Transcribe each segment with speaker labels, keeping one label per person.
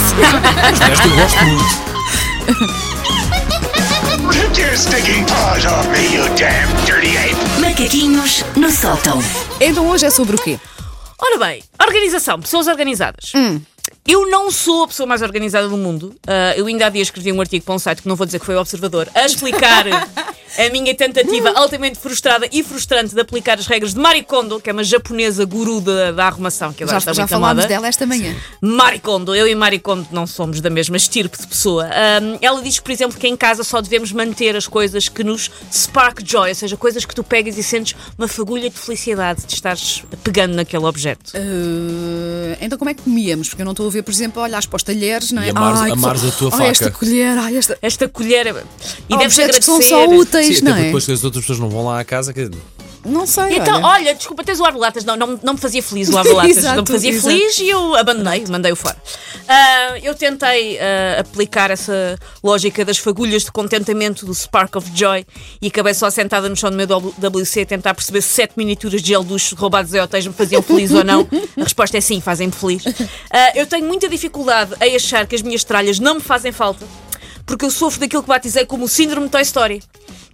Speaker 1: Desta eu gosto muito.
Speaker 2: Take your stinking paws off me, you damn dirty ape!
Speaker 3: Macaquinhos no sótão.
Speaker 4: Então hoje é sobre o quê?
Speaker 5: Ora bem, organização, pessoas organizadas.
Speaker 4: Hum.
Speaker 5: Eu não sou a pessoa mais organizada do mundo. Ah, eu ainda há dias escrevi um artigo para um site que não vou dizer que foi o Observador, a explicar a minha tentativa altamente frustrada e frustrante de aplicar as regras de Marie Kondo, que é uma japonesa guru da, da arrumação, que agora
Speaker 4: Já,
Speaker 5: está
Speaker 4: já
Speaker 5: muito à
Speaker 4: falámos
Speaker 5: moda.
Speaker 4: dela esta manhã.
Speaker 5: Marie Kondo, eu e Marie Kondo não somos da mesma estirpe de pessoa. Ahm, ela diz, por exemplo, que em casa só devemos manter as coisas que nos spark joy, ou seja, coisas que tu pegas e sentes uma fagulha de felicidade de estares pegando naquele objeto.
Speaker 4: Uh, então como é que comíamos? Porque eu não estou a ver, por exemplo, a olhares para os talheres, não é?
Speaker 1: E amares-
Speaker 4: Ai, que
Speaker 1: amares
Speaker 4: fo-
Speaker 1: a tua
Speaker 4: ai,
Speaker 1: faca.
Speaker 4: esta colher, ai, esta...
Speaker 5: Esta colher. é- E
Speaker 4: Há
Speaker 5: deves
Speaker 4: objetos que
Speaker 5: agradecer.
Speaker 4: são só úteis,
Speaker 1: Sim, até
Speaker 4: não
Speaker 1: porque
Speaker 4: é?
Speaker 1: depois que as outras pessoas não vão lá à casa. quer dizer,
Speaker 4: Não sei,
Speaker 5: E Então,
Speaker 4: olha.
Speaker 5: olha, desculpa, tens o Arvelatas. Não, não, não me fazia feliz o Arvelatas. não me
Speaker 4: Exato,
Speaker 5: fazia
Speaker 4: exato.
Speaker 5: feliz e eu abandonei, mandei-o fora. Ah, eu tentei ah, aplicar essa lógica das fagulhas de contentamento do Spark of Joy e acabei só sentada no chão do meu WC a tentar perceber se sete miniaturas de gel ducho roubadas em hotéis me faziam feliz ou não. A resposta é sim, fazem-me feliz. Ah, eu tenho muita dificuldade em achar que as minhas tralhas não me fazem falta porque eu sofro daquilo que batizei como o síndrome Toy Story.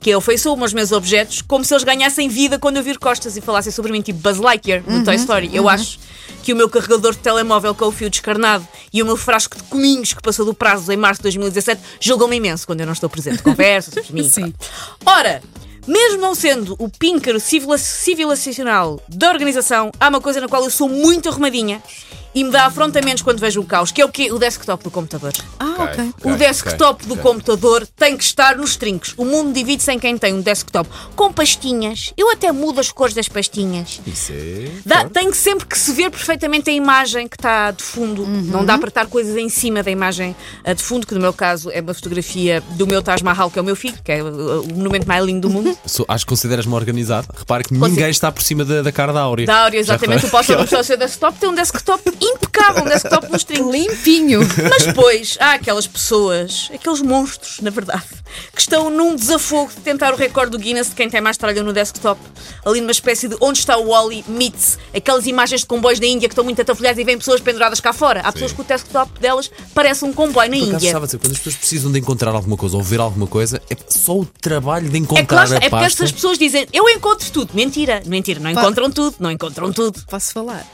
Speaker 5: Que é, eu feiçoo-me aos meus objetos como se eles ganhassem vida quando eu vir costas e falassem sobre mim, tipo Buzz Lightyear no Toy Story. Eu acho que o meu carregador de telemóvel com o fio descarnado e o meu frasco de cominhos que passou do prazo em março de 2017 julgam-me imenso quando eu não estou presente. Conversas sobre mim.
Speaker 4: Sim.
Speaker 5: Ora, mesmo não sendo o píncaro civila- civilizacional da organização, há uma coisa na qual eu sou muito arrumadinha e me dá afrontamentos quando vejo o caos, que é o quê? O desktop do computador.
Speaker 4: Ah, ok.
Speaker 5: O Um desktop do computador tem que estar nos trincos. O mundo divide-se em quem tem um desktop com pastinhas. Eu até mudo as cores das pastinhas.
Speaker 1: Isso é.
Speaker 5: Dá- tem que sempre que se ver perfeitamente a imagem que está de fundo. Não dá para estar coisas em cima da imagem ah, de fundo, que no meu caso é uma fotografia do meu Taj Mahal, que é o meu filho, que é ah, o monumento mais lindo do mundo.
Speaker 1: Sou- acho que consideras-me organizado. Repare que
Speaker 5: Consi-
Speaker 1: ninguém está por cima da, da cara da Áurea.
Speaker 5: Da Áurea, exatamente,
Speaker 1: Já
Speaker 5: tu podes
Speaker 1: repara-
Speaker 5: o seu desktop, tem um desktop impecável, um desktop nos trincos.
Speaker 4: Limpinho.
Speaker 5: Mas depois há aquelas pessoas, aqueles monstros, na verdade, que estão num desafogo de tentar o recorde do Guinness de quem tem mais tralha no desktop, ali numa espécie de onde está o Wally meets, aquelas imagens de comboios da Índia que estão muito atafolhadas e vêm pessoas penduradas cá fora. Há pessoas que o desktop delas parece um comboio na
Speaker 1: Por acaso
Speaker 5: Índia.
Speaker 1: estava a dizer, quando as pessoas precisam de encontrar alguma coisa ou ver alguma coisa, é só o trabalho de
Speaker 5: É que lá
Speaker 1: encontrar
Speaker 5: está, é
Speaker 1: a
Speaker 5: porque
Speaker 1: pasta.
Speaker 5: estas pessoas dizem eu encontro tudo. Mentira, mentira, não encontram tudo, não encontram tudo. Ah,
Speaker 4: Posso falar?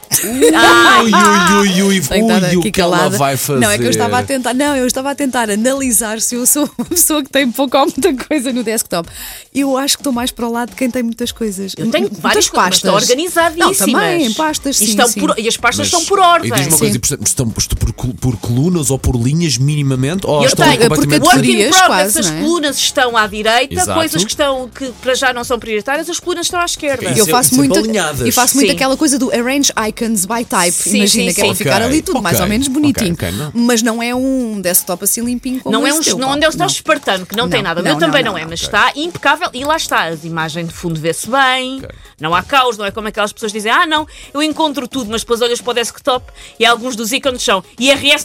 Speaker 1: Ui, ui, ui, ui,
Speaker 4: Tenho
Speaker 1: ui,
Speaker 4: estado
Speaker 1: o que ela vai fazer.
Speaker 4: Não, é que eu estava a tentar, não, eu estava a tentar analisar se eu sou uma pessoa que tem pouco ou muita coisa no desktop. Eu acho que estou mais para o lado de quem tem muitas coisas.
Speaker 5: Eu tenho
Speaker 4: Muitas
Speaker 5: várias coisas, mas
Speaker 4: pastas.
Speaker 5: estão organizadíssimas. é
Speaker 4: Não, também, em pastas,
Speaker 5: E
Speaker 4: sim,
Speaker 5: estão
Speaker 4: sim.
Speaker 5: por- e as pastas
Speaker 1: Mas-
Speaker 5: estão por ordem.
Speaker 1: E diz uma
Speaker 4: Sim.
Speaker 1: coisa, e, portanto, estão posto por, col- por colunas ou por linhas minimamente? Ou
Speaker 5: Eu
Speaker 1: estão
Speaker 5: tenho,
Speaker 4: porque
Speaker 1: completamente
Speaker 4: Working
Speaker 1: frias?
Speaker 5: Work in
Speaker 4: Teorias,
Speaker 5: progress,
Speaker 4: quase,
Speaker 5: as
Speaker 4: não é?
Speaker 5: colunas estão à direita,
Speaker 1: Exato.
Speaker 5: coisas que estão que para já não são prioritárias, as colunas estão à esquerda.
Speaker 4: E eu
Speaker 1: Isso é-
Speaker 4: faço
Speaker 1: isso é
Speaker 4: muito
Speaker 1: alinhadas.
Speaker 4: e faço muito
Speaker 5: Sim.
Speaker 4: aquela coisa do arrange icons by type.
Speaker 5: Sim,
Speaker 4: Imagina
Speaker 5: sim,
Speaker 4: que é para
Speaker 5: sim.
Speaker 4: ficar
Speaker 1: Ok,
Speaker 4: ali tudo mais
Speaker 1: ok,
Speaker 4: ou menos
Speaker 1: ok,
Speaker 4: bonitinho.
Speaker 1: ok, não.
Speaker 4: Mas não é um desktop assim limpinho como
Speaker 5: Não é um
Speaker 4: este teu,
Speaker 5: não
Speaker 4: Paulo,
Speaker 5: onde é o
Speaker 4: não.
Speaker 5: espartano, que não,
Speaker 4: Não,
Speaker 5: tem nada. O meu
Speaker 4: não,
Speaker 5: também
Speaker 4: não,
Speaker 5: não, é,
Speaker 4: não,
Speaker 5: mas está impecável e lá está. A imagem de fundo vê-se bem, não há caos, não é como aquelas pessoas dizem: ah, não, eu encontro tudo, mas depois olhas para o desktop e alguns dos ícones são IRS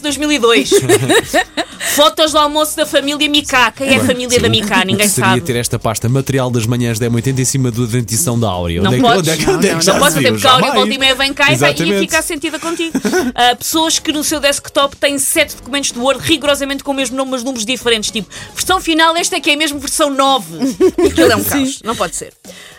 Speaker 5: 2002, fotos do almoço da família Miká. Quem é a família da Miká? Ninguém
Speaker 1: Seria
Speaker 5: sabe.
Speaker 1: ter esta pasta material das manhãs da M80 em cima da dentição da Áurea.
Speaker 5: Não
Speaker 1: onde é que-
Speaker 5: podes.
Speaker 1: onde é que-
Speaker 4: Não,
Speaker 1: onde é que
Speaker 4: não,
Speaker 1: já
Speaker 5: Não podes
Speaker 1: se
Speaker 5: até
Speaker 1: viu?
Speaker 5: porque a Áurea
Speaker 1: Jamais.
Speaker 5: volta e meia vem cá e, vai, e
Speaker 1: Exatamente.
Speaker 5: fica assim. sentida contigo. Ah, pessoas que no seu desktop têm sete documentos de Word rigorosamente com o mesmo nome, mas números diferentes. Tipo, versão final, esta é que é mesmo versão 9. Aquilo é um caos. Não pode ser.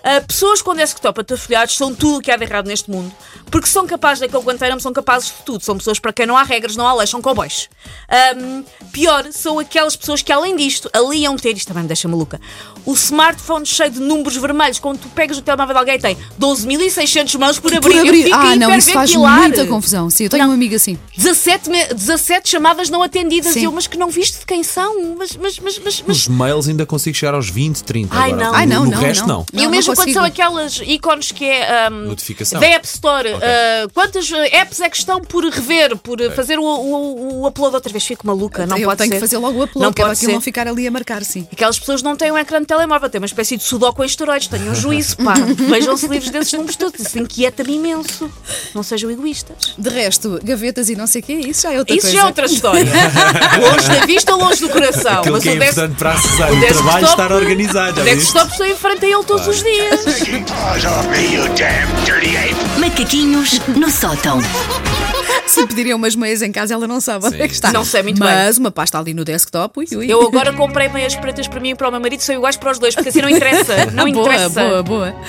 Speaker 5: Ah, pessoas com desktop atafolhados são tudo o que há de errado neste mundo, porque são capazes daquele guantanamo, são capazes de tudo. São pessoas para quem não há regras, não há leis, são cowboys. Ahm, pior, são aquelas pessoas que, além disto, aliam ter, isto também me deixa maluca, o smartphone cheio de números vermelhos, quando tu pegas o telemóvel de alguém tem 12.600 mãos por abrir.
Speaker 4: Por
Speaker 5: Eu
Speaker 4: abrir.
Speaker 5: fico
Speaker 4: Ah, não, isso faz
Speaker 5: hiperventilar.
Speaker 4: muita confusão. Sim, eu tenho
Speaker 5: Não.
Speaker 4: uma amiga assim.
Speaker 5: 17, me- 17 chamadas não atendidas
Speaker 4: Sim.
Speaker 5: e eu, mas que não viste de quem são? Mas, mas, mas, mas, mas-
Speaker 1: Os mails ainda consigo chegar aos 20, 30.
Speaker 5: Ai,
Speaker 1: agora.
Speaker 5: não.
Speaker 1: No-
Speaker 4: Ai, não,
Speaker 1: no
Speaker 4: não,
Speaker 1: resto,
Speaker 4: não.
Speaker 1: não.
Speaker 5: E o mesmo
Speaker 4: não
Speaker 5: quando
Speaker 4: consigo.
Speaker 5: são aquelas ícones que é ahm,
Speaker 1: Notificação.
Speaker 5: da App Store.
Speaker 1: Ok.
Speaker 5: ah, quantas ah, apps é que estão por rever, por ah, fazer o, o, o upload outra vez? Fico maluca, não
Speaker 4: eu
Speaker 5: pode
Speaker 4: tenho
Speaker 5: ser.
Speaker 4: que fazer logo o upload,
Speaker 5: Não
Speaker 4: que é para
Speaker 5: pode
Speaker 4: aquilo não
Speaker 5: ser.
Speaker 4: ficar ali a marcar, sim.
Speaker 5: Aquelas pessoas não têm um ecrã de telemóvel, têm uma espécie de sudoku em esteroides, têm um juízo, pá. Vejam-se livres desses números todos. Isso inquieta-me imenso. Não sejam egoístas.
Speaker 4: De resto, gavetas e não sei o quê, isso já é outra
Speaker 5: Isso
Speaker 4: coisa.
Speaker 5: já é outra história. longe da vista, longe do coração.
Speaker 1: Aquilo
Speaker 5: Mas
Speaker 1: que é
Speaker 5: o desk-
Speaker 1: importante para a Cesar,
Speaker 5: o
Speaker 1: o trabalho
Speaker 5: desktop-
Speaker 1: estar organizado. já
Speaker 5: o
Speaker 1: viste?
Speaker 5: desktop estou em frente a ele todos os dias.
Speaker 2: Stinking paws off me, you damn dirty ape!
Speaker 3: Macaquinhos no sótão.
Speaker 4: Se lhe pediriam umas meias em casa, ela não sabe onde é que está.
Speaker 5: Não sei muito
Speaker 4: Mas uma pasta ali no desktop, ui, ui.
Speaker 5: Eu agora comprei meias pretas para mim e para o meu marido, são iguais para os dois, porque assim não interessa.
Speaker 4: boa,
Speaker 5: Não interessa.
Speaker 4: boa, boa.